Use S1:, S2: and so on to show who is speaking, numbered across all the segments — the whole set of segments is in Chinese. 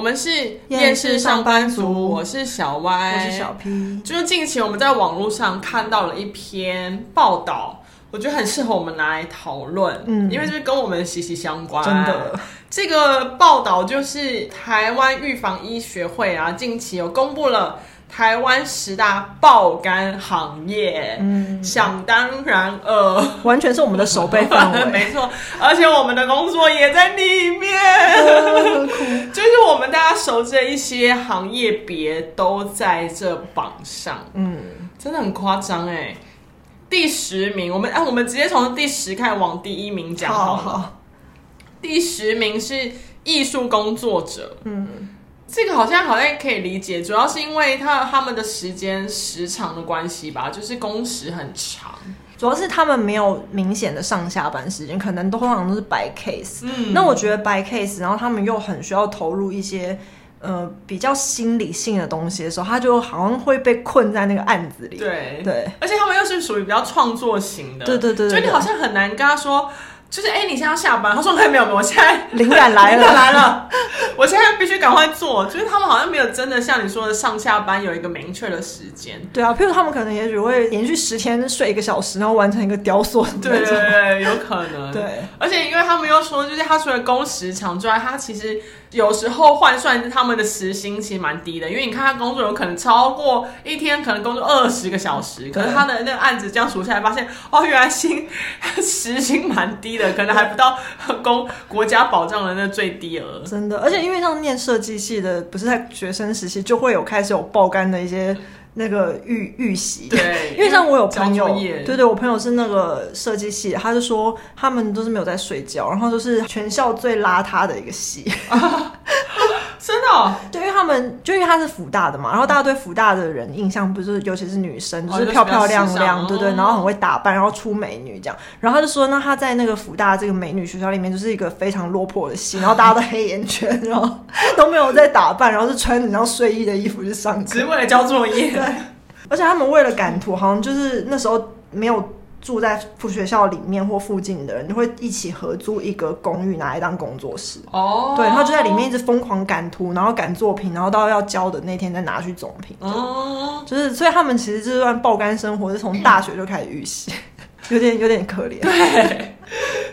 S1: 们是
S2: 厌世上班族
S1: 我是小歪，
S2: 我是小 P，
S1: 就是近期我们在网络上看到了一篇报道，我觉得很适合我们拿来讨论，
S2: 嗯
S1: 因为就是跟我们息息相关。
S2: 真的，
S1: 这个报道就是台湾预防医学会啊，近期有公布了台湾十大爆肝行业，
S2: 嗯，
S1: 想当然呃。
S2: 完全是我们的手背范围，
S1: 没错，而且我们的工作也在里面，就是我们大家熟知的一些行业别都在这榜上，
S2: 嗯，
S1: 真的很夸张哎。第十名，我们哎、我们直接从第十开始往第一名讲好
S2: 好
S1: 了。
S2: 好，
S1: 第十名是艺术工作者，
S2: 嗯，
S1: 这个好像好像可以理解，主要是因为他他们的时间时长的关系吧，就是工时很长。
S2: 主要是他们没有明显的上下班时间，可能都通常都是白 case，
S1: 嗯
S2: 那我觉得白 case，然后他们又很需要投入一些。呃，比较心理性的东西的时候，他就好像会被困在那个案子里。
S1: 对
S2: 对，
S1: 而且他们又是属于比较创作型的，
S2: 对对对对对
S1: 就你好像很难跟他说，就是哎、诶你现在要下班，他说哎没有没有，我现在
S2: 灵感 来
S1: 真的
S2: 了，
S1: 来了，我现在必须赶快做，就是他们好像没有真的像你说的上下班有一个明确的时间。
S2: 对啊，譬如他们可能也许会连续十天睡一个小时，然后完成一个雕塑什么
S1: 对
S2: 那
S1: 对
S2: 种。
S1: 对对，有可能。
S2: 对，
S1: 而且因为他们又说，就是他除了工时长之外，他其实有时候换算他们的时薪其实蛮低的，因为你看他工作有可能超过一天，可能工作二十个小时，可是他的那个案子这样数下来，发现哦，原来薪时薪蛮低的，可能还不到公国家保障的那最低额。
S2: 真的，而且因为像念设计系的，不是在学生时期就会有开始有爆肝的一些那个预预习。
S1: 对，
S2: 因为像我有朋
S1: 交
S2: 友
S1: 作业，
S2: 对对，我朋友是那个设计系的，他就说他们都是没有在睡觉，然后就是全校最邋遢的一个系。
S1: 真的哦、
S2: 对，因为他们就因为他是福大的嘛，然后大家对福大的人印象不是，尤其是女生，
S1: 哦
S2: 就是漂漂亮
S1: 就是比较时
S2: 亮，
S1: 尚
S2: 对对，
S1: 哦
S2: 然后很会打扮，然后出美女这样。然后他就说，那他在那个福大这个美女学校里面，就是一个非常落魄的戏，然后大家都黑眼圈，然后都没有在打扮，然后是穿着像睡衣的衣服去上课
S1: 只，是为了交作业。
S2: 而且他们为了赶图，好像就是那时候没有。住在附学校里面或附近的人，就会一起合租一个公寓拿来当工作室。
S1: 哦，
S2: 对，然后就在里面一直疯狂赶图，然后赶作品，然后到要交的那天再拿去总评。
S1: 哦，
S2: 就是，所以他们其实这段爆肝生活 是从大学就开始预习， 有点有点可怜。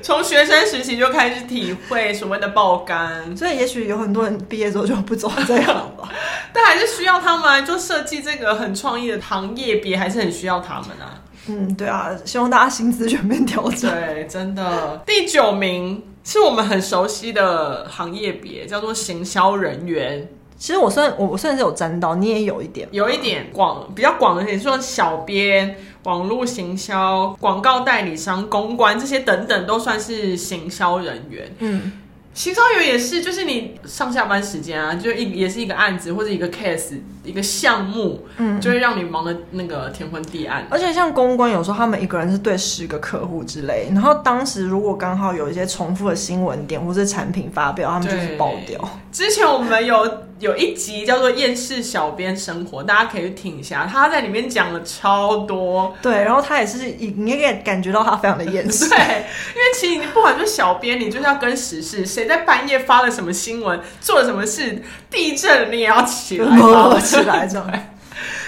S1: 从学生时期就开始体会所谓的爆肝，
S2: 所以也许有很多人毕业之后就不走这行吧。
S1: 但还是需要他们啊就设计这个很创意的行业别，还是很需要他们啊。
S2: 嗯，对啊，希望大家薪资全面调整。
S1: 对，真的。第九名是我们很熟悉的行业别，叫做行销人员，
S2: 其实我算我我算是有沾到，你也有一点，
S1: 有一点广，比较广的，你说小编、网络行销、广告代理商、公关这些等等，都算是行销人员。
S2: 嗯，
S1: 行销员也是，就是你上下班时间啊，就一也是一个案子或者一个 case 一个项目，
S2: 嗯
S1: 就会让你忙的那个天昏地暗。
S2: 而且像公关，有时候他们一个人是对十个客户之类，然后当时如果刚好有一些重复的新闻点或是产品发表，他们就是
S1: 对
S2: 爆掉。
S1: 之前我们有有一集叫做《厌世小编生活》，大家可以去听一下，他在里面讲了超多。
S2: 对，然后他也是，你你也感觉到他非常的厌 世
S1: 对，。因为其实你不管是小编，你就是要跟时事，谁在半夜发了什么新闻，做了什么事，地震你也要起 来发
S2: 起来这样。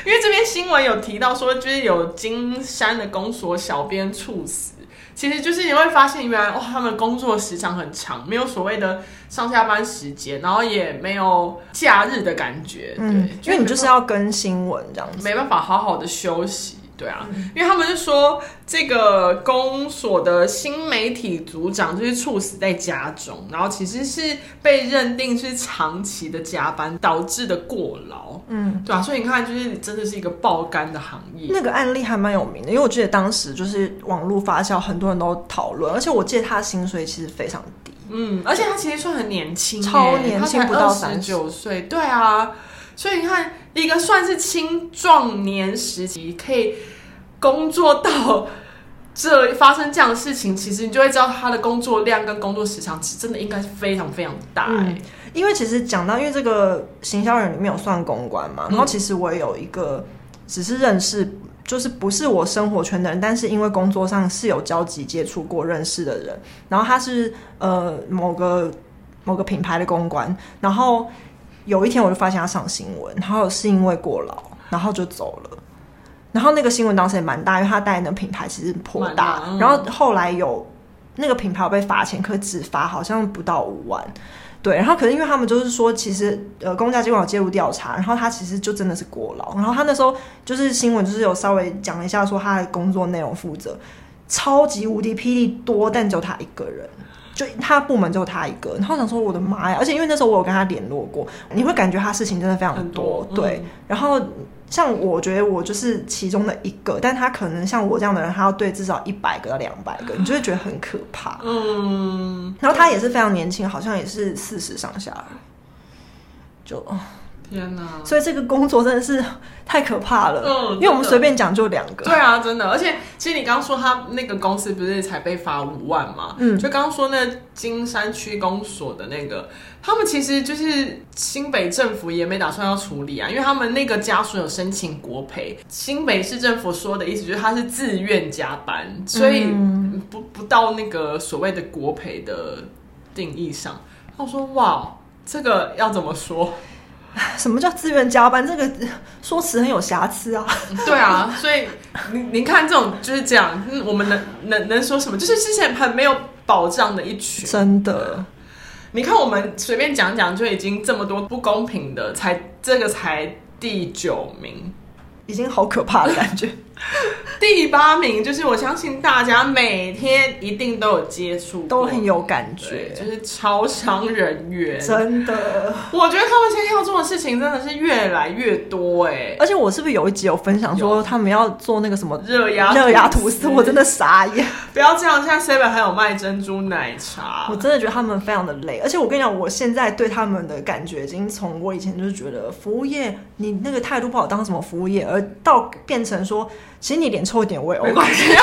S1: 因为这篇新闻有提到说，就是有金山的公所小编猝死，其实就是你会发现，原来哇、他们工作时长很长，没有所谓的上下班时间，然后也没有假日的感觉，对，
S2: 嗯，因为你就是
S1: 没
S2: 要跟新闻这样子。嗯
S1: 没办法好好的休息。对啊，因为他们就说这个公所的新媒体组长就是猝死在家中，然后其实是被认定是长期的加班导致的过劳。
S2: 嗯，
S1: 对啊，所以你看，就是真的是一个爆肝的行业。
S2: 那个案例还蛮有名的，因为我记得当时就是网络发酵，很多人都讨论，而且我记得他的薪水其实非常低。
S1: 嗯，而且他其实算很年轻耶，
S2: 超年轻不到
S1: 十
S2: 30
S1: 九岁。对啊，所以你看，一个算是青壮年时期可以工作到这发生这样的事情，其实你就会知道他的工作量跟工作时长是真的应该是非常非常大、
S2: 嗯
S1: 哎，
S2: 因为其实讲到，因为这个行销人里面有算公关嘛，然后其实我也有一个只是认识，就是不是我生活圈的人，但是因为工作上是有交集接触过认识的人，然后他是呃某个某个品牌的公关，然后。有一天我就发现他上新闻，然后是因为过劳，然后就走了。然后那个新闻当时也蛮大，因为他代言的品牌其实颇
S1: 蛮
S2: 大
S1: 大。嗯
S2: 然后后来有那个品牌有被罚钱，可是只罚好像不到五万。对，然后可是因为他们就是说，其实呃，公家机关有介入调查，然后他其实就真的是过劳。然后他那时候就是新闻就是有稍微讲了一下，说他的工作内容负责超级无敌霹雳多，但只有他一个人。就他部门只有他一个，然后我想说我的妈呀！而且因为那时候我有跟他联络过，你会感觉他事情真的非常
S1: 很
S2: 多，
S1: 多
S2: 对。
S1: 嗯
S2: 然后像我觉得我就是其中的一个，但他可能像我这样的人，他要对至少一百个到两百个，你就会觉得很可怕。
S1: 嗯，
S2: 然后他也是非常年轻，好像也是四十上下了，就哦
S1: 天哪！
S2: 所以这个工作真的是太可怕了。
S1: 嗯
S2: 因为我
S1: 真
S2: 们
S1: 的
S2: 随便讲就两个，
S1: 对啊，真的，而且其实你刚刚说他那个公司不是才被罚五万嘛？
S2: 嗯
S1: 就刚刚说那金山区公所的那个，他们其实就是新北政府也没打算要处理啊，因为他们那个家属有申请国赔，新北市政府说的意思就是他是自愿加班，所以
S2: 嗯
S1: 不不到那个所谓的国赔的定义上。他说哇，这个要怎么说？
S2: 什么叫自愿加班？这个 说辞很有瑕疵啊。
S1: 对啊，所以您您看这种就是这样，嗯我们能能能说什么？就是之前很没有保障的一群。
S2: 真的，
S1: 你看我们随便讲讲就已经这么多不公平的，才这个才第九名。
S2: 已经好可怕的感觉。
S1: 第八名就是我相信大家每天一定都有接触过，
S2: 都很有感
S1: 对，就
S2: 觉，
S1: 是超商人员。
S2: 真的。
S1: 我觉得他们现在要做的事情真的是越来越多哎、
S2: 而且我是不是有一集有分享说
S1: 有
S2: 他们要做那个什么
S1: 热压
S2: 呃热压吐司？我真的傻眼，
S1: 不要这样，现在 Seven 还有卖珍珠奶茶，
S2: 我真的觉得他们非常的累。而且我跟你讲，我现在对他们的感觉已经从我以前就是觉得服务业你那个态度不好当什么服务业，而到变成说其实你脸臭一点我也
S1: 没
S2: OK。
S1: 关系，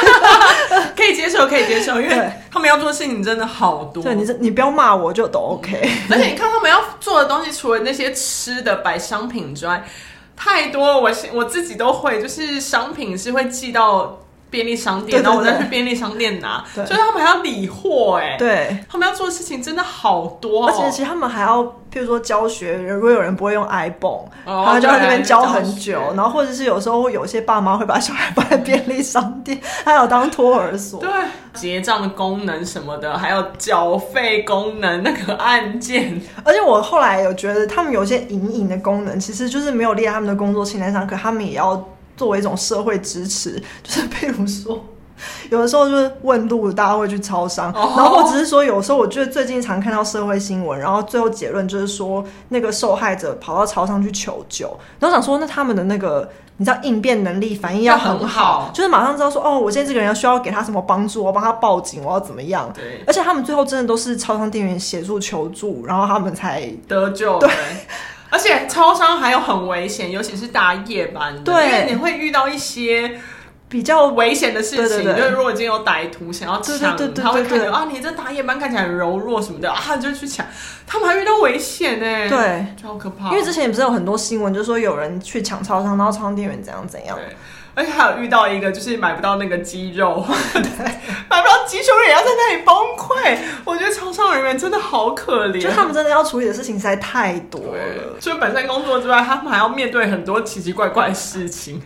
S1: 可以接受，可以接受，因
S2: 对
S1: 为他们要做的事情真的好多。
S2: 对你这你不要骂我就都 OK。
S1: 而且你看他们要做的东西，除了那些吃的摆商品之外，太多了我现我自己都会，就是商品是会寄到便利商
S2: 对对
S1: 店，然后我再
S2: 对
S1: 去便利商店拿，
S2: 对
S1: 所以他们还要理货哎、
S2: 对。
S1: 他们要做的事情真的好多、
S2: 而
S1: 哦，
S2: 且其实他们还要，譬如说教学，如果有人不会用 iPhone，、
S1: 哦
S2: 他就在那边教很
S1: 对
S2: 久
S1: 教，学
S2: 然后或者是有时候有些爸妈会把小孩放在便利商店，还有当托儿所。
S1: 对结账的功能什么的，还有缴费功能那个按键，
S2: 而且我后来有觉得，他们有些隐隐的功能，其实就是没有列在他们的工作清单上，可他们也要作为一种社会支持，就是譬如说。 有的时候就是问路，大家会去超商
S1: 哦
S2: 然后或者是说，有时候我觉得最近常看到社会新闻，然后最后结论就是说，那个受害者跑到超商去求救，然后想说，那他们的那个你知道应变能力、反应要很
S1: 要很好
S2: 就是马上知道说，哦，我现在这个人要需要给他什么帮助，我帮他报警，我要怎么样，
S1: 对，
S2: 而且他们最后真的都是超商店员协助求助，然后他们才
S1: 得救对， 而且超商还有很危险，尤其是大夜班的，
S2: 对
S1: 因为你会遇到一些
S2: 比较
S1: 危险的事情。
S2: 对对对
S1: 就是如果今天有歹徒想要抢，
S2: 对对对对
S1: 他会看
S2: 对
S1: 着啊，你这大夜班看起来很柔弱什么的啊，他就去抢，他们还遇到危险呢、
S2: 对，
S1: 嗯就好可怕。
S2: 因为之前也不是有很多新闻，就是说有人去抢超商，然后超商店员怎样怎样。
S1: 对，而且还有遇到一个就是买不到那个鸡肉， 买不到鸡胸肉也要在那里崩溃。我觉得超商人员真的好可怜，
S2: 就他们真的要处理的事情实在太多了
S1: 对，，除了本身工作之外，他们还要面对很多奇奇怪怪的事情。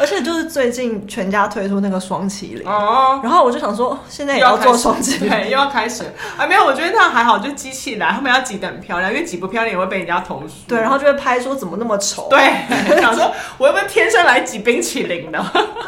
S2: 而且就是最近全家推出那个双麒麟，
S1: 哦，
S2: 然后我就想说，现在
S1: 又
S2: 也要做
S1: 开始
S2: 双麒
S1: 对，又
S2: 麟，
S1: 要开始了啊！没有，我觉得那还好，就机器来，他们要挤得很漂亮，因为挤不漂亮也会被人家投诉。
S2: 对，然后就会拍说怎么那么丑，
S1: 对， 想说我又不是天生来挤冰淇淋的，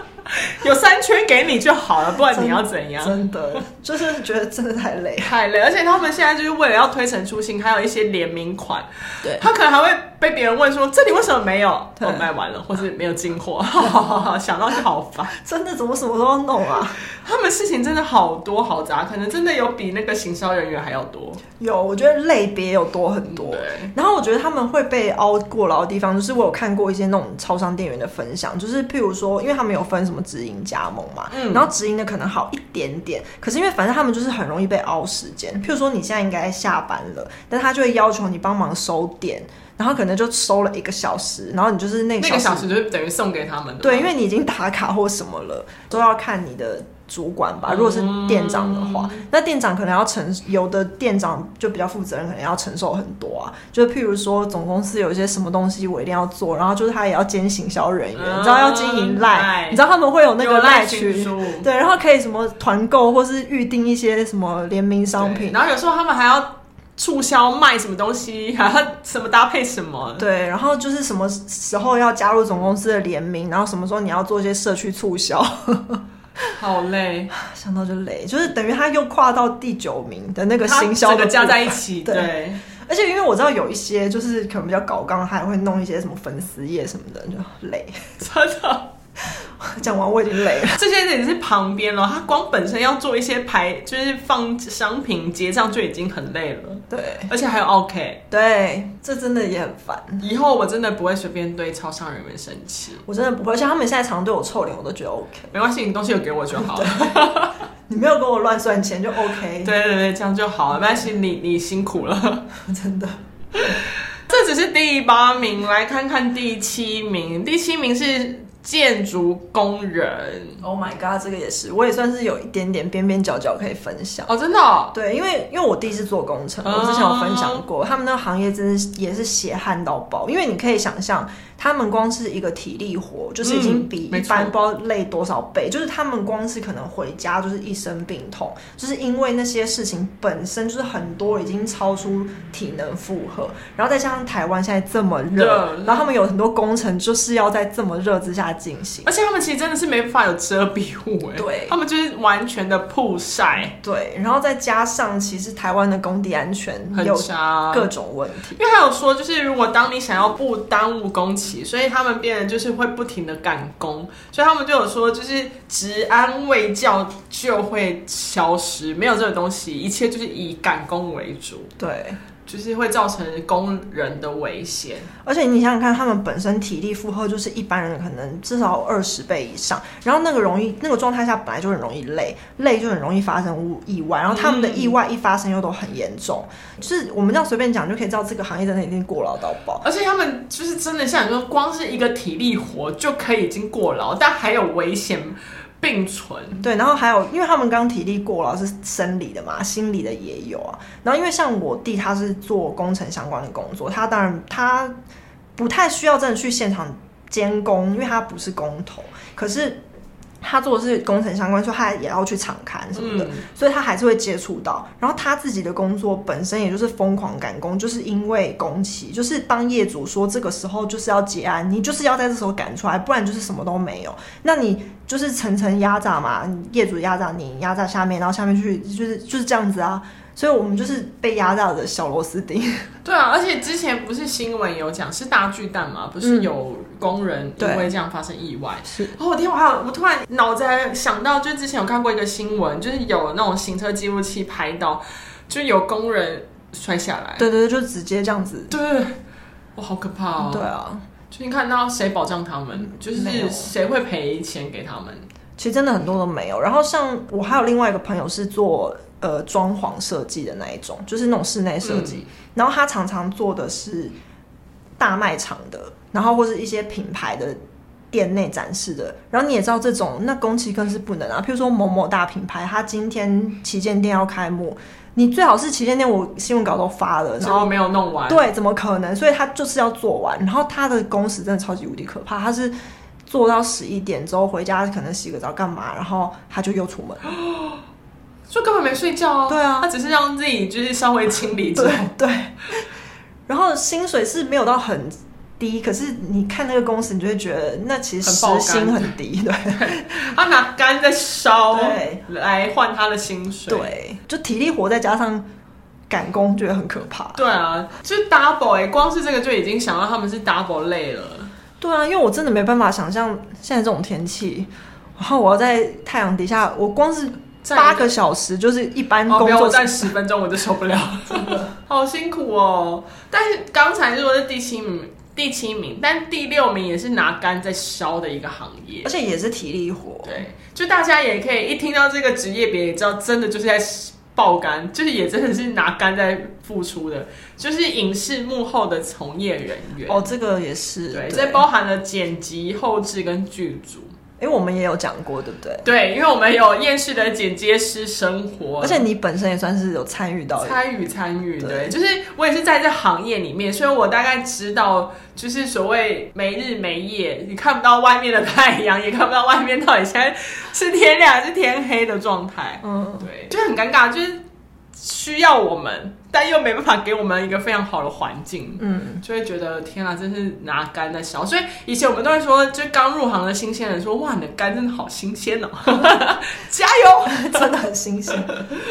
S1: 有三圈给你就好了，不然你要怎样？
S2: 真的就是觉得真的太累。
S1: 太累，而且他们现在就是为了要推陈出新，还有一些联名款，
S2: 对
S1: 他可能还会被别人问说这里为什么没有？我、
S2: 对
S1: 哦、卖完了，或是没有进货， 想到就好烦。
S2: 真的怎么什么都要弄啊？
S1: 他们事情真的好多好杂，可能真的有比那个行销人员还要多。
S2: 有，我觉得类别有多很多。
S1: 对
S2: 然后我觉得他们会被凹过劳的地方，就是我有看过一些那种超商店员的分享，就是譬如说，因为他们有分什么直营加盟嘛，
S1: 嗯
S2: 然后直营的可能好一点点，可是因为反正他们就是很容易被凹时间。譬如说你现在应该下班了，但他就会要求你帮忙收店，然后可能就收了一个小时，然后你就是那
S1: 那
S2: 个
S1: 个
S2: 小
S1: 小
S2: 时
S1: 时就是等于送给他们的嘛。
S2: 对，因为你已经打卡或什么了，都要看你的主管吧，如果是店长的话，
S1: 嗯
S2: 那店长可能要承有的店长就比较负责任，可能要承受很多啊。就是譬如说，总公司有一些什么东西我一定要做，然后就是他也要兼行销人员，你知道要经营赖，
S1: 嗯
S2: 你知道他们会有那
S1: 有
S2: 个
S1: 赖
S2: 赖
S1: 群
S2: 群，
S1: 组
S2: 对，然后可以什么团购或是预定一些什么联名商
S1: 对
S2: 品，
S1: 然后有时候他们还要促销卖什么东西，还要什么搭配什么，
S2: 对，然后就是什么时候要加入总公司的联名，然后什么时候你要做一些社区促销，
S1: 好累。
S2: 想到就累，就是等于他又跨到第九名 的那个
S1: 它
S2: 行销
S1: 整个
S2: 的
S1: 加
S2: 部
S1: 在
S2: 分
S1: 一起，
S2: 对
S1: 对，
S2: 而且因为我知道有一些就是可能比较搞纲，他也会弄一些什么粉丝页什么的，就累。
S1: 真的，
S2: 讲完我已经累了。
S1: 这些只是旁边了，他光本身要做一些排，就是放商品结账就已经很累了，
S2: 对
S1: 而且还有 OK，
S2: 对，这真的也很烦。
S1: 以后我真的不会随便对超商人员生气，
S2: 我真的不会，像他们现在常对我臭脸，我都觉得 OK。
S1: 没关系，你东西有给我就 好了，
S2: 你没有跟我乱算钱就 OK，
S1: 对对对，这样就好了，没关系，你你辛苦了。
S2: 真的。
S1: 这只是第八名，来看看第七名，第七名是建筑工人
S2: Oh my god，这个也是，我也算是有一点点边边角角可以分享。
S1: 哦，真的、哦，
S2: 对，因为因为我弟是做工程，我之前有分享过，他们那个行业真是也是血汗到爆。因为你可以想象，他们光是一个体力活，就是已
S1: 嗯
S2: 经比
S1: 没
S2: 一
S1: 错
S2: 般不知道累多少倍。就是他们光是可能回家就是一身病痛，就是因为那些事情本身就是很多已经超出体能负荷，然后再加上台湾现在这么热
S1: 热，
S2: 然后他们有很多工程就是要在这么热之下进行。
S1: 而且他们其实真的是没办法有遮蔽物哎，
S2: 对
S1: 他们就是完全的曝晒，
S2: 对，然后再加上其实台湾的工地安全
S1: 很
S2: 有
S1: 差。
S2: 各种问题。
S1: 因为还有说，就是如果当你想要不耽误工期，所以他们变得就是会不停的赶工，所以他们就有说，就是职安卫教就会消失，没有这个东西，一切就是以赶工为主，
S2: 对，
S1: 就是会造成工人的危险。
S2: 而且你想想看，他们本身体力负荷就是一般人可能至少二十倍以上，然后那个容易那个状态下本来就很容易累，累就很容易发生物意外，然后他们的意外一发生又都很严重，就是我们这样随便讲就可以知道这个行业真的一定过劳到爆。
S1: 而且他们就是真的像你说，光是一个体力活就可以已经过劳，但还有危险并存。
S2: 对，然后还有，因为他们刚体力过劳是生理的嘛，心理的也有啊。然后因为像我弟他是做工程相关的工作，他当然他不太需要真的去现场监工，因为他不是工头，可是他做的是工程相关，所以他也要去场勘什么的，
S1: 嗯
S2: 所以他还是会接触到。然后他自己的工作本身也就是疯狂赶工，就是因为工期，就是当业主说这个时候就是要结案，你就是要在这时候赶出来，不然就是什么都没有。那你就是层层压榨嘛，你业主压榨你，压榨下面，然后下面去就是就是这样子啊。所以我们就是被压榨的小螺丝钉。
S1: 对啊，而且之前不是新闻有讲是大巨蛋嘛，不是
S2: 嗯
S1: 有工人因
S2: 对
S1: 为这样发生意外。
S2: 是
S1: 哦，我天，我还有，我突然脑子还想到，就之前有看过一个新闻，就是有那种行车记录器拍到，就有工人摔下来。
S2: 对对对，就直接这样子。
S1: 对，哇，好可怕哦！
S2: 对，啊，
S1: 就你看到谁保障他们，就
S2: 没有
S1: 是谁会赔钱给他们？
S2: 其实真的很多都没有。然后像我还有另外一个朋友是做呃装潢设计的那一种，就是那种室内设计，然后他常常做的是大卖场的，然后或是一些品牌的。店内展示的，然后你也知道这种，那工期更是不能啊。譬如说某某大品牌，它今天旗舰店要开幕，你最好是旗舰店，我新闻稿都发了，
S1: 结
S2: 然后
S1: 果没有弄完。
S2: 呃对，怎么可能？所以他就是要做完，然后他的工时真的超级无敌可怕，他是做到十一点之后回家，可能洗个澡干嘛，然后他就又出门。
S1: 就根本没睡觉啊。
S2: 对啊
S1: 他只是让自己就是稍微清理之后
S2: 对， 对，然后薪水是没有到很低，可是你看那个工时，你就会觉得那其实
S1: 很爆
S2: 时
S1: 肝
S2: 薪很低， 对
S1: 他拿干在烧
S2: 对
S1: 来换他的薪水。
S2: 对，就体力活再加上赶工，觉得很可怕。
S1: 对啊，就是 double 哎、光是这个就已经想到他们是 double 累了。
S2: 对啊，因为我真的没办法想象现在这种天气，然后我要在太阳底下，我光是
S1: 在
S2: 八个小时就是一般
S1: 哦，
S2: 工
S1: 不要我
S2: 作
S1: 站十分钟我就受不了， 好辛苦哦。但是刚才说是第七名，第七名，但第六名也是拿干在烧的一个行业
S2: 而。且也是体力活。
S1: 对，就大家也可以一听到这个职业别，也知道真的就是在爆肝，就是也真的是拿肝在付出的，就是影视幕后的从业人员。
S2: 哦，这个也是
S1: 对，
S2: 哦对
S1: 这包含了剪辑、后置跟剧组。
S2: 哎，我们也有讲过，对不对？
S1: 对，因为我们有厌世的剪接师生活，
S2: 而且你本身也算是有参与到，
S1: 参与参与，对，
S2: 对
S1: 就是我也是在这行业里面，所以我大概知道，就是所谓没日没夜，你看不到外面的太阳，也看不到外面到底现在是天亮还是天黑的状态，
S2: 嗯，
S1: 对，就很尴尬，就是需要我们，但又没办法给我们一个非常好的环境，
S2: 嗯，
S1: 就会觉得天啊，真是拿杆在削。所以以前我们都会说，就刚入行的新鲜人说，哇，你的杆真的好新鲜哦， 加油！
S2: 真的很新鲜。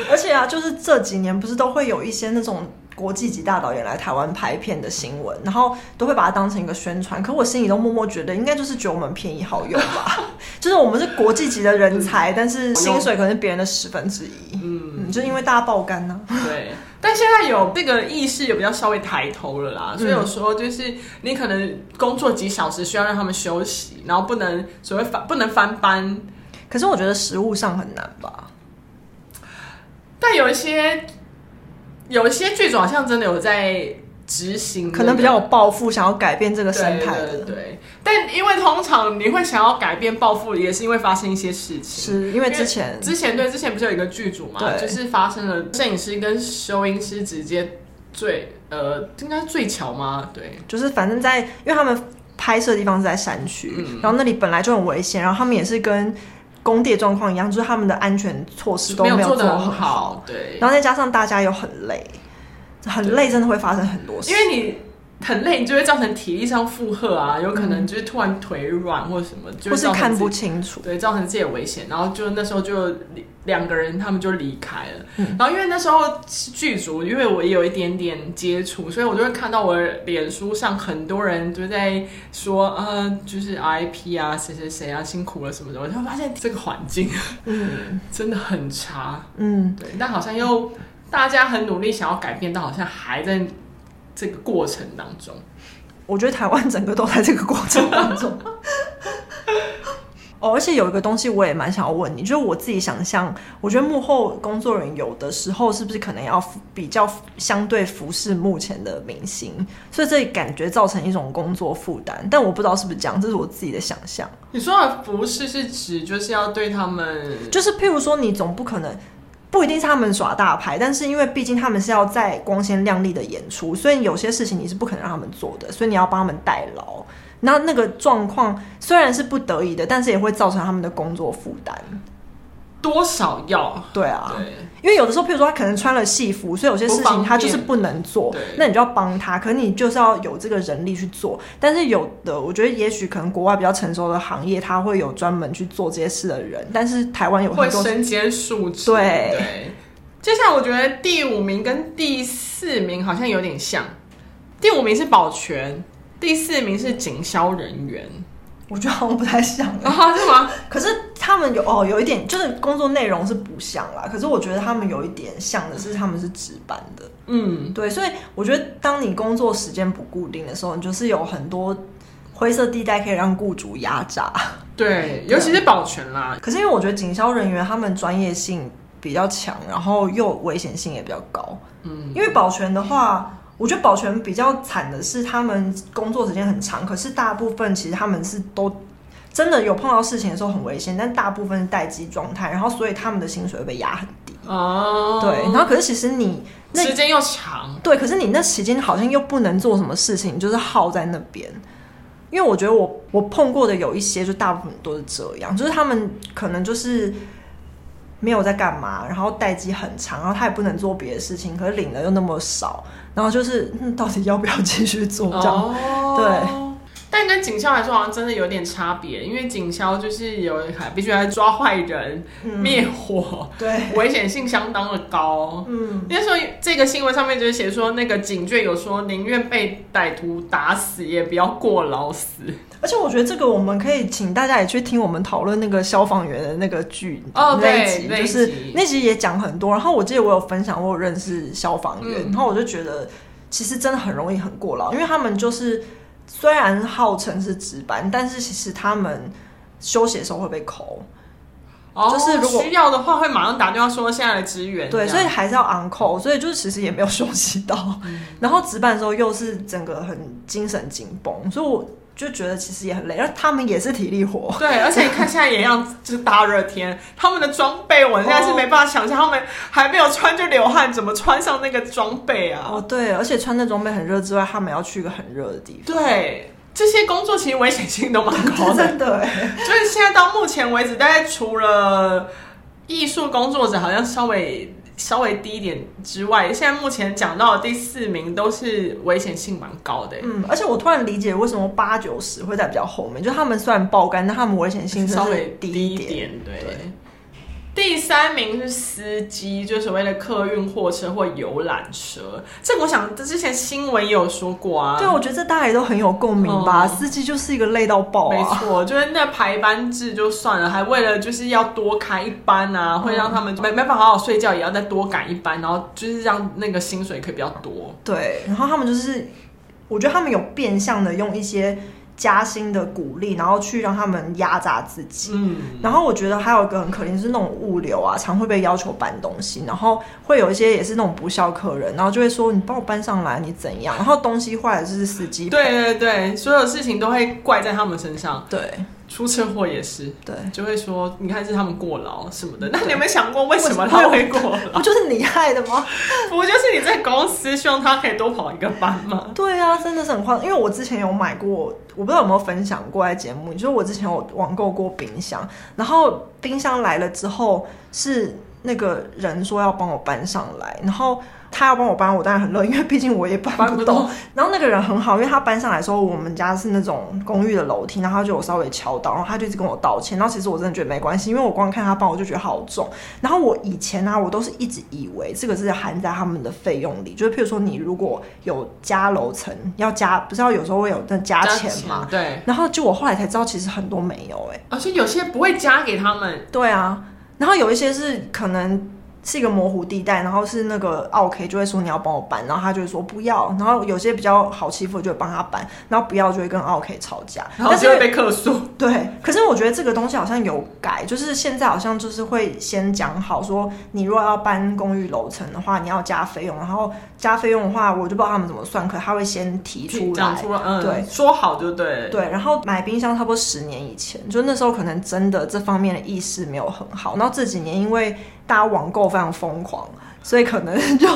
S2: 而且啊，就是这几年不是都会有一些那种国际级大导演来台湾拍片的新闻，然后都会把它当成一个宣传。可我心里都默默觉得，应该就是觉得我们便宜好用 吧，就是我们是国际级的人才，但是薪水可能是别人的十分之一。
S1: 嗯，
S2: 嗯，就因为大家爆肝呢、
S1: 对。但现在有这个意识，有比较稍微抬头了啦，所以有时候就是你可能工作几小时需要让他们休息，然后不能所谓翻不能翻班，
S2: 可是我觉得实物上很难吧？
S1: 但有一些有一些剧组好像真的有在执行这个，
S2: 可能比较有抱负，想要改变这个
S1: 对
S2: 生态的。
S1: 嗯对对对，但因为通常你会想要改变报复，也是因为发生一些事情。
S2: 是因为之前
S1: 之前对之前不是有一个剧组嘛，
S2: 对
S1: 就是发生了摄影师跟修音师直接坠，呃，应该是坠桥吗？对，
S2: 就是反正在，因为他们拍摄的地方是在山区，
S1: 嗯
S2: 然后那里本来就很危险，然后他们也是跟工地的状况一样，就是他们的安全措施都
S1: 没
S2: 有
S1: 做的
S2: 很
S1: 很，好，对，
S2: 然后再加上大家又很累，很累，真的会发生很多事。
S1: 因为你很累，你就会造成体力上负荷啊，有可能就是突然腿软或什么，就
S2: 嗯或
S1: 会
S2: 是
S1: 造成
S2: 看
S1: 自己
S2: 不清楚，
S1: 对，造成自己的危险，然后就那时候就离两个人他们就离开了，
S2: 嗯
S1: 然后因为那时候是剧组，因为我也有一点点接触，所以我就会看到我的脸书上很多人就在说，呃，就是 RIP 啊，谁谁谁啊，辛苦了什么的，我就发现这个环境
S2: 嗯
S1: 真的很差，
S2: 嗯，
S1: 对，但好像又大家很努力想要改变，但好像还在这个过程当中。
S2: 我觉得台湾整个都在这个过程当中。 哦，而且有一个东西我也蛮想要问你，就是我自己想象，我觉得幕后工作人员有的时候是不是可能要服比较服相对服侍目前的明星，所以这感觉造成一种工作负担，但我不知道是不是这样，这是我自己的想象。
S1: 你说的服饰是指就是要对他们
S2: 就是譬如说，你总不可能不一定是他们耍大牌，但是因为毕竟他们是要在光鲜亮丽的演出，所以有些事情你是不可能让他们做的，所以你要帮他们代劳。那那个状况虽然是不得已的，但是也会造成他们的工作负担。
S1: 多少要。
S2: 对啊，
S1: 对，
S2: 因为有的时候，譬如说他可能穿了戏服，所以有些事
S1: 不方
S2: 情
S1: 便
S2: 他就是不能做
S1: 对，
S2: 那你就要帮他。可是你就是要有这个人力去做。但是有的，我觉得也许可能国外比较成熟的行业，他会有专门去做这些事的人，但是台湾有
S1: 会
S2: 很多
S1: 身兼数职。
S2: 对
S1: 对，接下来我觉得第五名跟第四名好像有点像，第五名是保全，第四名是警消人员，
S2: 我觉得好像不太像。
S1: 啊，是吗？
S2: 可是他们有哦，有一点就是工作内容是不像啦。可是我觉得他们有一点像的是，他们是值班的。
S1: 嗯，
S2: 对，所以我觉得当你工作时间不固定的时候，你就是有很多灰色地带可以让雇主压榨。
S1: 对，尤其是保全啦，
S2: 可是因为我觉得警消人员他们专业性比较强，然后又危险性也比较高。
S1: 嗯，
S2: 因为保全的话，我觉得保全比较惨的是他们工作时间很长，可是大部分其实他们是都真的有碰到事情的时候很危险，但大部分是待机状态，然后所以他们的薪水会被压很低。
S1: 哦，
S2: 对，然后可是其实你那
S1: 时间又长，
S2: 对，可是你那期间好像又不能做什么事情，就是耗在那边。因为我觉得我我碰过的有一些，就大部分都是这样，就是他们可能就是没有在干嘛，然后待机很长，然后他也不能做别的事情，可是领的又那么少，然后就是、嗯、到底要不要继续做这样？
S1: 哦，
S2: 对。
S1: 但跟警校来说，好像真的有点差别，因为警校就是有还必须还抓坏人、
S2: 嗯
S1: 灭 火，
S2: 对，
S1: 危险性相当的高。
S2: 嗯，
S1: 那时候这个新闻上面就是写说，那个警卷有说宁愿被歹徒打死，也不要过劳死。
S2: 而且我觉得这个我们可以请大家也去听我们讨论那个消防员的那个剧
S1: 哦
S2: 那
S1: 对
S2: 一集，
S1: 那一
S2: 就是
S1: 集
S2: 那集也讲很多。然后我记得我有分享，我有认识消防员，
S1: 嗯
S2: 然后我就觉得其实真的很容易很过劳，因为他们就是虽然号称是值班，但是其实他们休息的时候会被扣，
S1: 哦，
S2: 就是如果
S1: 需要的话，会马上打电话说现在来支援。
S2: 对，
S1: 这
S2: 所以
S1: 样
S2: 还是要 on call，所以就是其实也没有
S1: 嗯
S2: 休息到。然后值班的时候又是整个很精神紧绷，所以我就觉得其实也很累，而他们也是体力活。
S1: 对，而且你看现在也一样，就是大热天，他们的装备我现在是没办法想象，他们还没有穿就流汗，怎么穿上那个装备啊？
S2: 哦，对，而且穿着装备很热之外，他们要去一个很热的地方。
S1: 对，这些工作其实危险性都蛮高的，
S2: 真的哎，
S1: 就是现在到目前为止，大概除了艺术工作者好像稍微稍微低一点之外，现在目前讲到的第四名都是危险性蛮高的、
S2: 嗯，而且我突然理解为什么八九十会在比较后面，就他们虽然爆肝，但他们危险性
S1: 稍
S2: 真的
S1: 微
S2: 是低
S1: 低
S2: 一点。
S1: 点，对。第三名是司机，就是所谓的客运货车或游览车。这个我想之前新闻也有说过啊，
S2: 对，我觉得这大家也都很有共鸣吧。
S1: 嗯
S2: 司机就是一个累到爆
S1: 没
S2: 啊，
S1: 错，就是那排班制就算了，还为了就是要多开一班啊，
S2: 嗯
S1: 会让他们没没办法好好睡觉，也要再多赶一班，然后就是让那个薪水可以比较多。
S2: 对。然后他们就是，我觉得他们有变相的用一些加薪的鼓励，然后去让他们压榨自己。
S1: 嗯，
S2: 然后我觉得还有一个很可怜是那种物流啊，常会被要求搬东西，然后会有一些也是那种不孝客人，然后就会说你帮我搬上来，你怎样？然后东西坏了就是司机赔。
S1: 对对对，所有事情都会怪在他们身上，
S2: 对
S1: 出车祸也是，
S2: 对，
S1: 就会说你看是他们过劳什么的。那
S2: 嗯对
S1: 你有没有想过为什么
S2: 为什
S1: 他
S2: 么
S1: 会过
S2: 不
S1: 劳？
S2: 哦就是你害的吗？
S1: 不就是你在公司希望他可以多跑一个班吗？
S2: 对啊，真的是很夸张。因为我之前有买过，我不知道有没有分享过在节目，就是我之前有网购过冰箱，然后冰箱来了之后是那个人说要帮我搬上来，然后。他要帮我搬，我当然很乐意，因为 毕竟我也搬
S1: 搬
S2: 不
S1: 不
S2: 动
S1: 动。
S2: 然后那个人很好，因为他搬上来的时候，我们家是那种公寓的楼梯，然后他就有稍微敲到，然后他就一直跟我道歉。然后其实我真的觉得没关系，因为我光看他搬，我就觉得好重。然后我以前呢、我都是一直以为这个是含在他们的费用里，就是譬如说你如果有加楼层要加，不是要有时候会有那加钱嘛？
S1: 对，
S2: 然后就我后来才知道，其实很多没有哎、
S1: 而且有些不会加给他们，
S2: 对啊，然后有一些是可能是一个模糊地带，然后是那个 OK 就会说你要帮我搬，然后他就会说不要，然后有些比较好欺负的就会帮他搬，然后不要就会跟 OK 吵架，
S1: 然后
S2: 但是
S1: 就会被客诉。
S2: 对，可是我觉得这个东西好像有改，就是现在好像就是会先讲好说，你如果要搬公寓楼层的话，你要加费用，然后加费用的话，我就不知道他们怎么算，可他会先提出
S1: 讲
S2: 来。
S1: 出来，嗯，
S2: 对
S1: 说好就对了。
S2: 对，然后买冰箱差不多十年以前，就那时候可能真的这方面的意识没有很好，然后这几年因为大家网购非常疯狂，所以可能就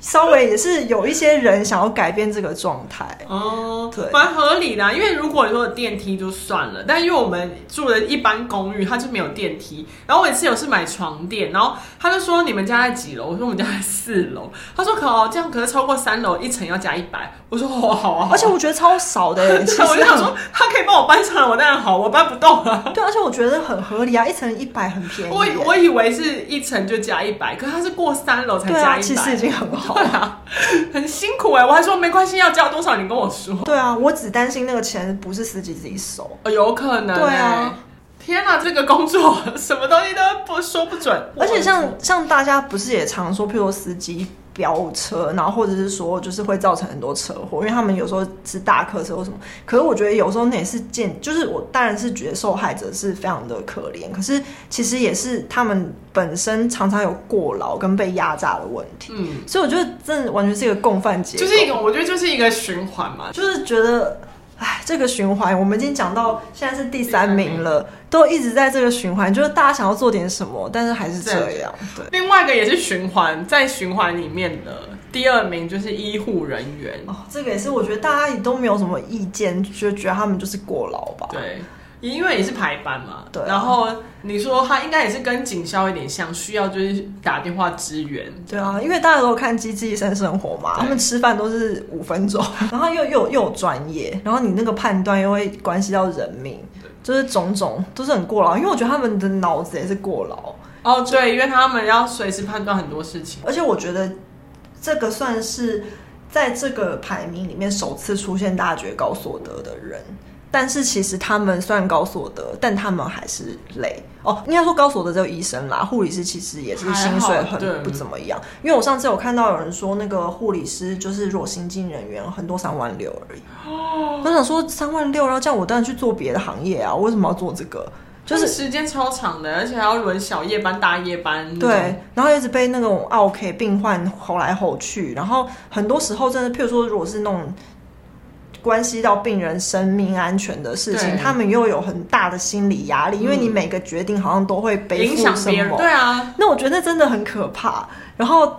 S2: 稍微也是有一些人想要改变这个状态。
S1: 哦，
S2: 对
S1: 蛮合理的啊、因为如果你说有电梯就算了，但因为我们住的一般公寓，它就没有电梯。然后我一次有是买床垫，然后他就说你们家在几楼？我说我们家在四楼。他说可哦，这样可是超过三楼一层要加一百。我说哦，好啊，好啊
S2: 而且我觉得超少的 耶、
S1: 对
S2: 其实
S1: 我就想
S2: 很
S1: 说他可以帮我搬上来，我当然好，我搬不动啊。
S2: 对，而且我觉得很合理啊，一层一百很便宜耶。
S1: 我以我以为是一层就加一百，可是他是过三楼才
S2: 对
S1: 加
S2: 啊，
S1: 一
S2: 其
S1: 百、
S2: 实已经很好
S1: 对。啊， 很辛苦哎、我还说没关系，要加多少你跟我说。
S2: 对啊，我只担心那个钱不是司机自己收。
S1: 哦，有可能、欸。
S2: 对啊，
S1: 天哪、这个工作什么东西都不说不准。嗯
S2: 而且像像大家不是也常说，譬如说司机飙车，然后或者是说就是会造成很多车祸，因为他们有时候是大客车或什么。可是我觉得有时候那也是见，就是我当然是觉得受害者是非常的可怜，可是其实也是他们本身常常有过劳跟被压榨的问题。
S1: 嗯，
S2: 所以我觉得真的完全是一个共犯结构，
S1: 就是一个，我觉得就是一个循环嘛。
S2: 就是觉得，哎，这个循环，我们已经讲到现在是第三名了，都一直在这个循环，就是大家想要做点什么，但是还是这样，对。
S1: 另外一个也是循环，在循环里面的第二名就是医护人员。
S2: 哦，这个也是，我觉得大家也都没有什么意见，就觉得他们就是过劳吧。
S1: 对，因为也是排班嘛。
S2: 对啊
S1: 然后你说他应该也是跟警校有点像，需要就是打电话支援。
S2: 对啊，因为大家都有看《机智医生生活》嘛，
S1: 对
S2: 他们吃饭都是五分 钟，然后又又又有专业，然后你那个判断又会关系到人命，就是种种都是很过劳。因为我觉得他们的脑子也是过劳，
S1: 哦，对，因为他们要随时判断很多事情。
S2: 而且我觉得这个算是在这个排名里面首次出现大家觉得高所得的人，但是其实他们算高所得，但他们还是累哦。应该说高所得只有医生啦，护理师其实也是薪水
S1: 还好对
S2: 很不怎么样。因为我上次有看到有人说，那个护理师就是如果新进人员，很多三万六而已。我想说三万六，然后这样我当然去做别的行业啊，我为什么要做这个？就
S1: 就是是时间超长的，而且还要轮小夜班、大夜班那种。
S2: 对，然后一直被那种 OK 病患吼来吼去，然后很多时候真的，譬如说，如果是那种关系到病人生命安全的事情，
S1: 对
S2: 他们又有很大的心理压力，因为你每个决定好像都会背
S1: 嗯影
S2: 负
S1: 响
S2: 什
S1: 别人，
S2: 么
S1: 对啊，
S2: 那我觉得真的很可怕。然后，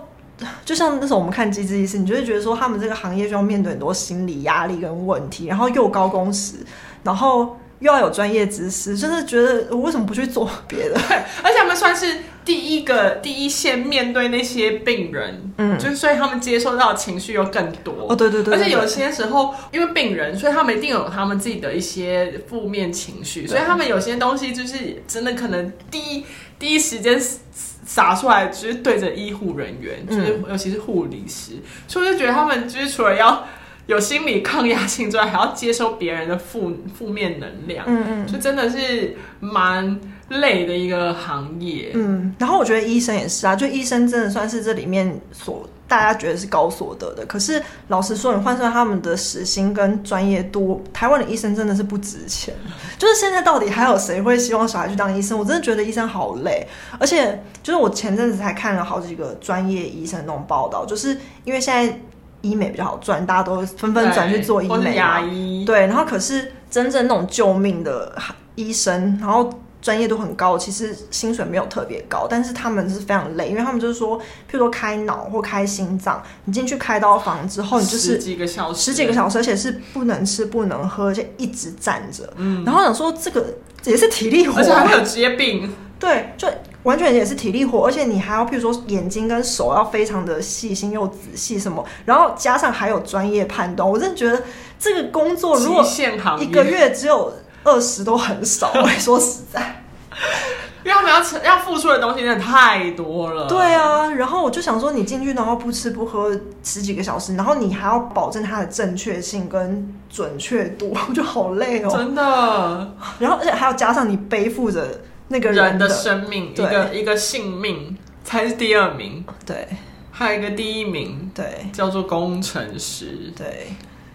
S2: 就像那时候我们看《机智医师》，你就会觉得说，他们这个行业需要面对很多心理压力跟问题，然后又高工时，然后又要有专业知识，就是觉得我为什么不去做 别的？
S1: 而且他们算是第一个第一线面对那些病人，
S2: 嗯，
S1: 就是所以他们接受到的情绪又更多。
S2: 哦，对对对
S1: 而且有
S2: 对
S1: 些时候，因为病人，所以他们一定有他们自己的一些负面情绪，所以他们有些东西就是真的可能第一第一时间撒撒出来，就是对着医护人员，
S2: 嗯
S1: 就是尤其是护理师，所以我就觉得他们就是除了要有心理抗压性之外，还要接收别人的负负面能量，
S2: 嗯嗯
S1: 就真的是蛮累的一个行业。
S2: 嗯。然后我觉得医生也是啊，就医生真的算是这里面所大家觉得是高所得的，可是老实说，你换算他们的时薪跟专业度，台湾的医生真的是不值钱。就是现在到底还有谁会希望小孩去当医生？我真的觉得医生好累，而且就是我前阵子才看了好几个专业医生那种报道，就是因为现在医美比较好赚，大家都纷纷转去做医
S1: 或是
S2: 美
S1: 牙
S2: 啊嘛。
S1: 医，
S2: 对，然后可是真正那种救命的医生，然后专业度很高，其实薪水没有特别高，但是他们是非常累，因为他们就是说，譬如说开脑或开心脏，你进去开刀房之后，你就是
S1: 十几个小时，
S2: 十几个小时，而且是不能吃不能喝，而且一直站着。嗯，然后想说这个也是体力活
S1: 而且还
S2: 啊，
S1: 会有职业病。
S2: 对，就完全也是体力活，而且你还要譬如说眼睛跟手要非常的细心又仔细什么，然后加上还有专业判断，我真的觉得这个工作如果
S1: 极限行业
S2: 一个，月只有二十都 很少，我说实在。
S1: 因为他们要承要付出的东西真的太多了。
S2: 对，啊，然后我就想说，你进去然后不吃不喝十几个小时，然后你还要保证它的正确性跟准确度，我就好累哦。
S1: 真的，
S2: 然后而且还要加上你背负着那个
S1: 人
S2: 的
S1: 的生命，一
S2: 对
S1: 个一个性命才是第二名，
S2: 对
S1: 还有一个第一名
S2: 对
S1: 叫做工程师。
S2: 对，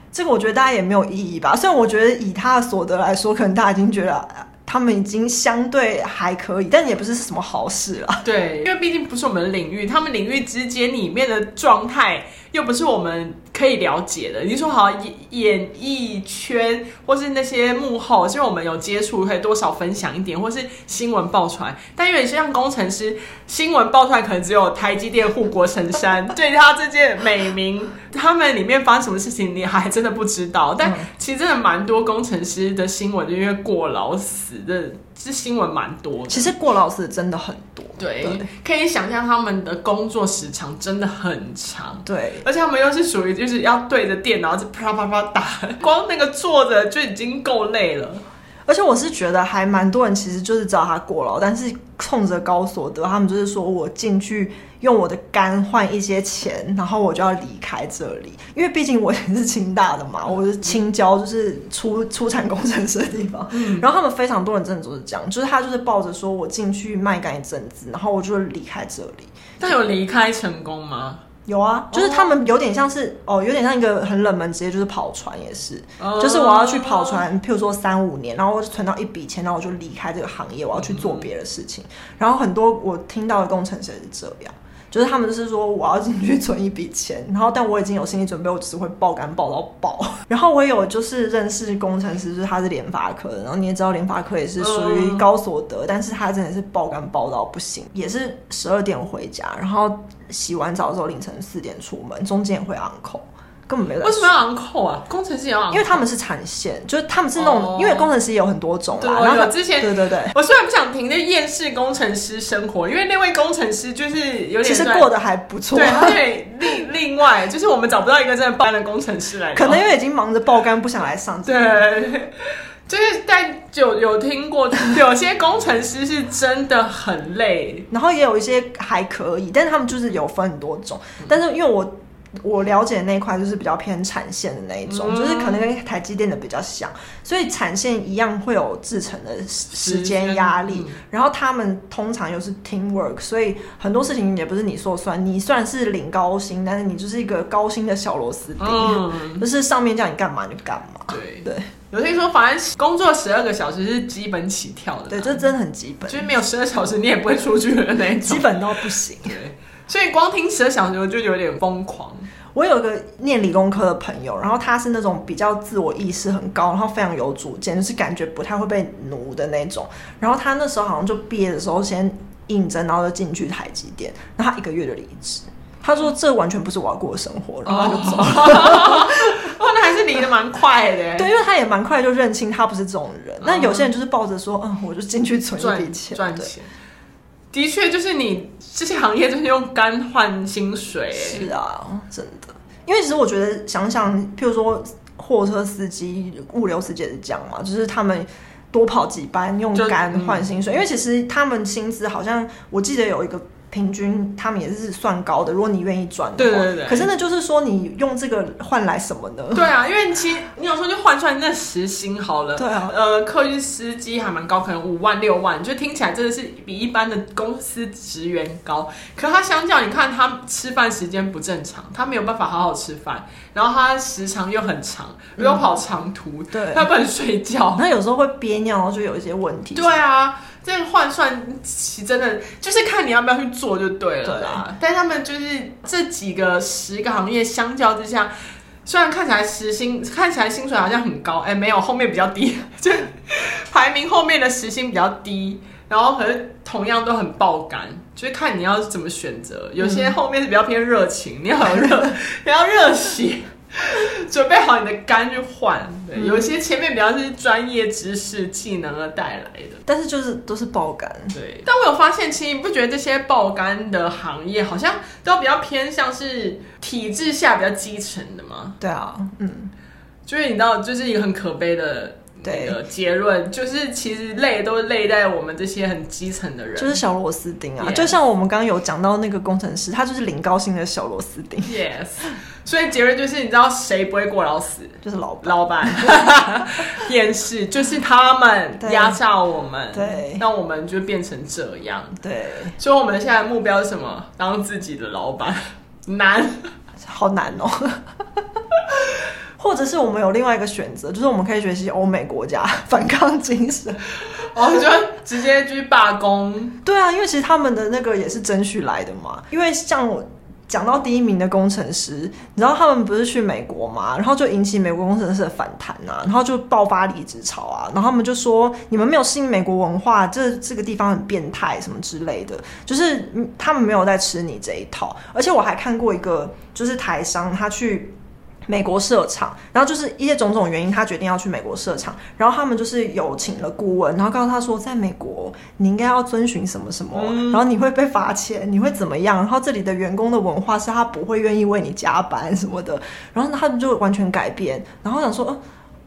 S2: 这个我觉得大家也没有意义吧。虽然我觉得以他的所得来说，可能大家已经觉得啊他们已经相对还可以，但也不是什么好事啦。
S1: 对，因为毕竟不是我们的领域，他们领域之间里面的状态又不是我们可以了解的。你说好演演艺圈或是那些幕后，虽然我们有接触，可以多少分享一点，或是新闻爆出来，但因为像工程师，新闻爆出来可能只有台积电护国神山，对他这件美名，他们里面发生什么事情，你还真的不知道。但其实真的蛮多工程师的新闻，就因为过劳死的，这新闻蛮多的。
S2: 其实过劳死真的很多，
S1: 对，
S2: 对
S1: 可以想象他们的工作时长真的很长。
S2: 对
S1: 而且他们又是属于就是要对着电脑就啪啪啪打，光那个坐着就已经够累了。
S2: 而且我是觉得还蛮多人其实就是知道他过劳，但是冲着高所得，他们就是说我进去用我的肝换一些钱，然后我就要离开这里，因为毕竟我也是清大的嘛，我是青交，就是出出产工程师的地方。然后他们非常多人真的 就是这样，就是他就是抱着说我进去卖肝一阵子，然后我就离开这里。
S1: 但有离开成功吗？
S2: 有啊，就是他们有点像是哦，有点像一个很冷门职业，就是跑船也是，就是我要去跑船，譬如说三五年，然后我存到一笔钱，然后我就离开这个行业，我要去做别的事情。然后很多我听到的工程师也是这样，就是他们就是说我要进去存一笔钱，然后但我已经有心理准备，我只是会爆肝爆到爆。 然后我也有就是认识工程师，就是他是联发科的，然后你也知道联发科也是属于
S1: 嗯
S2: 高所得，但是他真的是爆肝爆到不行，也是十二点回家，然后洗完澡之后凌晨四点出门，中间也会 on call，根本没来
S1: 为什么要昂扣啊？工程师也要昂
S2: 因为他们是产线，就是他们是那种，
S1: 哦
S2: 因为工程师也有很多种
S1: 对，
S2: 啦。
S1: 我
S2: 然后
S1: 有
S2: 他
S1: 之前
S2: 对对对，
S1: 我虽然不想停，那厌世工程师生活，因为那位工程师就是有点
S2: 其实
S1: 算
S2: 过得还不错
S1: 对，，对另另外就是我们找不到一个真的班的工程师 来聊，
S2: 可能因为已经忙着爆肝，不想来上这个。
S1: 对，就是但有有听过，有些工程师是真的很累，
S2: 然后也有一些还可以，但是他们就是有分很多种。
S1: 嗯
S2: 但是因为我我了解的那一块就是比较偏产线的那一种，
S1: 嗯
S2: 就是可能跟台积电的比较像，所以产线一样会有制成的时时间压力。
S1: 嗯
S2: 然后他们通常又是 team work，所以很多事情也不是你说了算。你虽然是领高薪，但是你就是一个高薪的小螺丝钉，
S1: 嗯，
S2: 就是上面叫你干嘛你就干嘛。
S1: 对
S2: 对。
S1: 有听说，反正工作十二个小时是基本起跳的啦，
S2: 对，这真的很基本
S1: 就，是没有十二小时你也不会出去的那一
S2: 基
S1: 种。
S2: 本到不行。
S1: 对，所以光听十二小时我就有点疯狂。
S2: 我有一个念理工科的朋友，然后他是那种比较自我意识很高，然后非常有主见，就是感觉不太会被奴的那种。然后他那时候好像就毕业的时候先应征，然后就进去台积电，然后他一个月就离职。
S1: 哦
S2: 他说这完全不是我要过的生活，然后他就走了。
S1: 哇，哦那还是离得蛮快的。
S2: 对，，因为他也蛮快就认清他不是这种人。那有些人就是抱着说，嗯，我就进去存一笔
S1: 赚
S2: 钱，
S1: 哦赚
S2: 对
S1: 钱。的确，就是你这些行业就是用肝换薪水，
S2: 是啊，真的。因为其实我觉得想想，譬如说货车司机、物流司机也是这样嘛，就是他们多跑几班用
S1: 就
S2: 干
S1: 嗯
S2: 换薪水，因为其实他们薪资好像我记得有一个。平均他们也是算高的，如果你愿意赚的
S1: 对
S2: 话
S1: 对对
S2: 可是那就是说，你用这个换来什么呢？
S1: 对啊，因为其实你有时候就换算那时薪好了，
S2: 对啊
S1: 呃，客运司机还蛮高，可能五万六万，就听起来真的是比一般的公司职员高。可他相较，你看他吃饭时间不正常，他没有办法好好吃饭，然后他时长又很长，又要跑长途，
S2: 对
S1: 他不能睡觉。
S2: 那有时候会憋尿，然后就有一些问题。
S1: 对啊，这样换算其真的就是看你要不要去做就对了啦。但他们就是这几个十个行业相较之下，虽然看起来时薪看起来薪水好像很高，哎、没有，后面比较低， 就排名后面的时薪比较低。然后可是同样都很爆肝，就是看你要怎么选择。有些后面是比较偏热情，你要有热， 你要热血，准备好你的肝去换。对，有些前面比较是专业知识技能而带来的。
S2: 但是就是都是爆肝。
S1: 对，但我有发现，其实你不觉得这些爆肝的行业好像都比较偏向是体制下比较基层的吗？
S2: 对啊，嗯，
S1: 就是你知道，就是一个很可悲的那个结论，就是其实累都累在我们这些很基层的人。
S2: 就是小螺丝钉啊
S1: Yes
S2: 就像我们刚刚有讲到那个工程师，他就是领高薪的小螺丝钉，
S1: yes，所 以结论就是，你知道谁不会过劳死？
S2: 就是老板。
S1: 老 板， 电视就是他们
S2: 对
S1: 压榨我们，
S2: 对
S1: 让我们就变成这样。
S2: 对，
S1: 所以我们现在的目标是什么？当自己的老板，难。
S2: 好难哦。 或者是我们有另外一个选择，就是我们可以学习欧美国家反抗精神。
S1: 我哦就直接去罢工。
S2: 对啊，因为其实他们的那个也是争取来的嘛。因为像我讲到第一名的工程师，你知道他们不是去美国嘛，然后就引起美国工程师的反弹啊，然后就爆发离职潮啊，然后他们就说你们没有适应美国文化，这这个地方很变态什么之类的，就是嗯他们没有在吃你这一套。而且我还看过一个，就是台商他去。美国设厂，然后就是一些种种原因，他决定要去美国设厂。然后他们就是有请了顾问，然后告诉他说，在美国你应该要遵循什么什么，然后你会被罚钱，你会怎么样？然后这里的员工的文化是他不会愿意为你加班什么的，然后他们就完全改变。然后想说，呃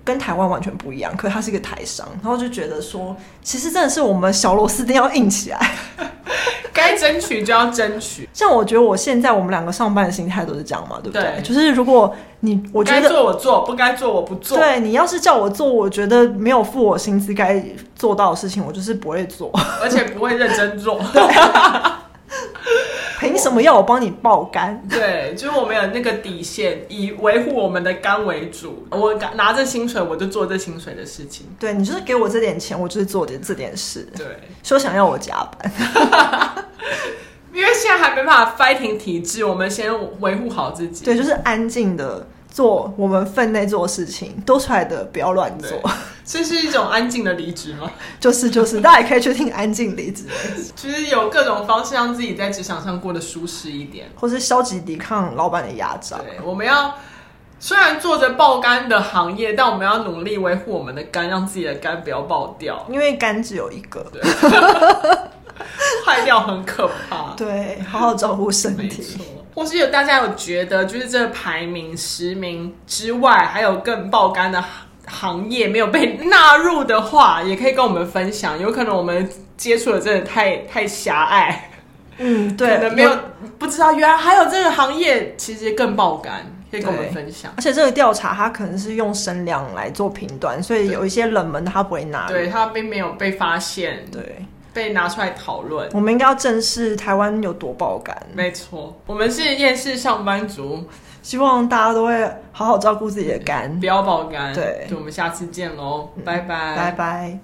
S2: 跟台湾完全不一样，可是他是一个台商，然后就觉得说，其实真的是我们小螺丝钉要硬起来。
S1: 该争取就要争取，
S2: 像我觉得我现在我们两个上班的心态都是这样嘛，对不对？
S1: 对
S2: 就是如果你我觉
S1: 该
S2: 得。
S1: 做我做，不该做我不做。
S2: 对你要是叫我做，我觉得没有付我薪资该做到的事情，我就是不会 做。
S1: 而且不会认真 做。
S2: 凭什么要我帮你爆肝？
S1: 对，就是我们有那个底线，以维护我们的肝为主。我拿着薪水，我就做这薪水的事情。
S2: 对你就是给我这点钱，我就是做点这点事，
S1: 对，
S2: 说想要我加班。
S1: 因为现在还没办法 fighting 体制，我们先维护好自己。
S2: 对，就是安静的做我们分内做的事情，多出来的不要乱
S1: 对
S2: 做。
S1: 这是一种安静的离职吗？
S2: 就是就是，大家也可以去听安静离职，
S1: 其实有各种方式让自己在职场上过得舒适一点。
S2: 或是消极抵抗老板的压榨。
S1: 对，我们要虽然做着爆肝的行业，但我们要努力维护我们的肝，让自己的肝不要爆 掉，
S2: 因为肝只有一个，
S1: 坏掉很可怕。
S2: 对，好好照顾身
S1: 没
S2: 体。
S1: 错。或是有大家有觉得，就是这排名十名之外，还有更爆肝的行行业没有被纳入的话，也可以跟我们分享。有可能我们接触的真的太太狭隘，
S2: 嗯，
S1: 可
S2: 对，
S1: 能没有不知道原来还有这个行业其实更爆肝，可以跟我们
S2: 对
S1: 分享。
S2: 而且这个调查它可能是用声量来做评断，所以有一些冷门的它不会拿。
S1: 对，它并没有被发现，
S2: 对，
S1: 被拿出来讨论。
S2: 我们应该要正视台湾有多爆感，
S1: 没错，我们是厌世上班族，
S2: 希望大家都会好好照顾自己的肝
S1: 不。要爆肝。
S2: 对
S1: 嗯我们下次见喽，拜拜，
S2: 拜拜。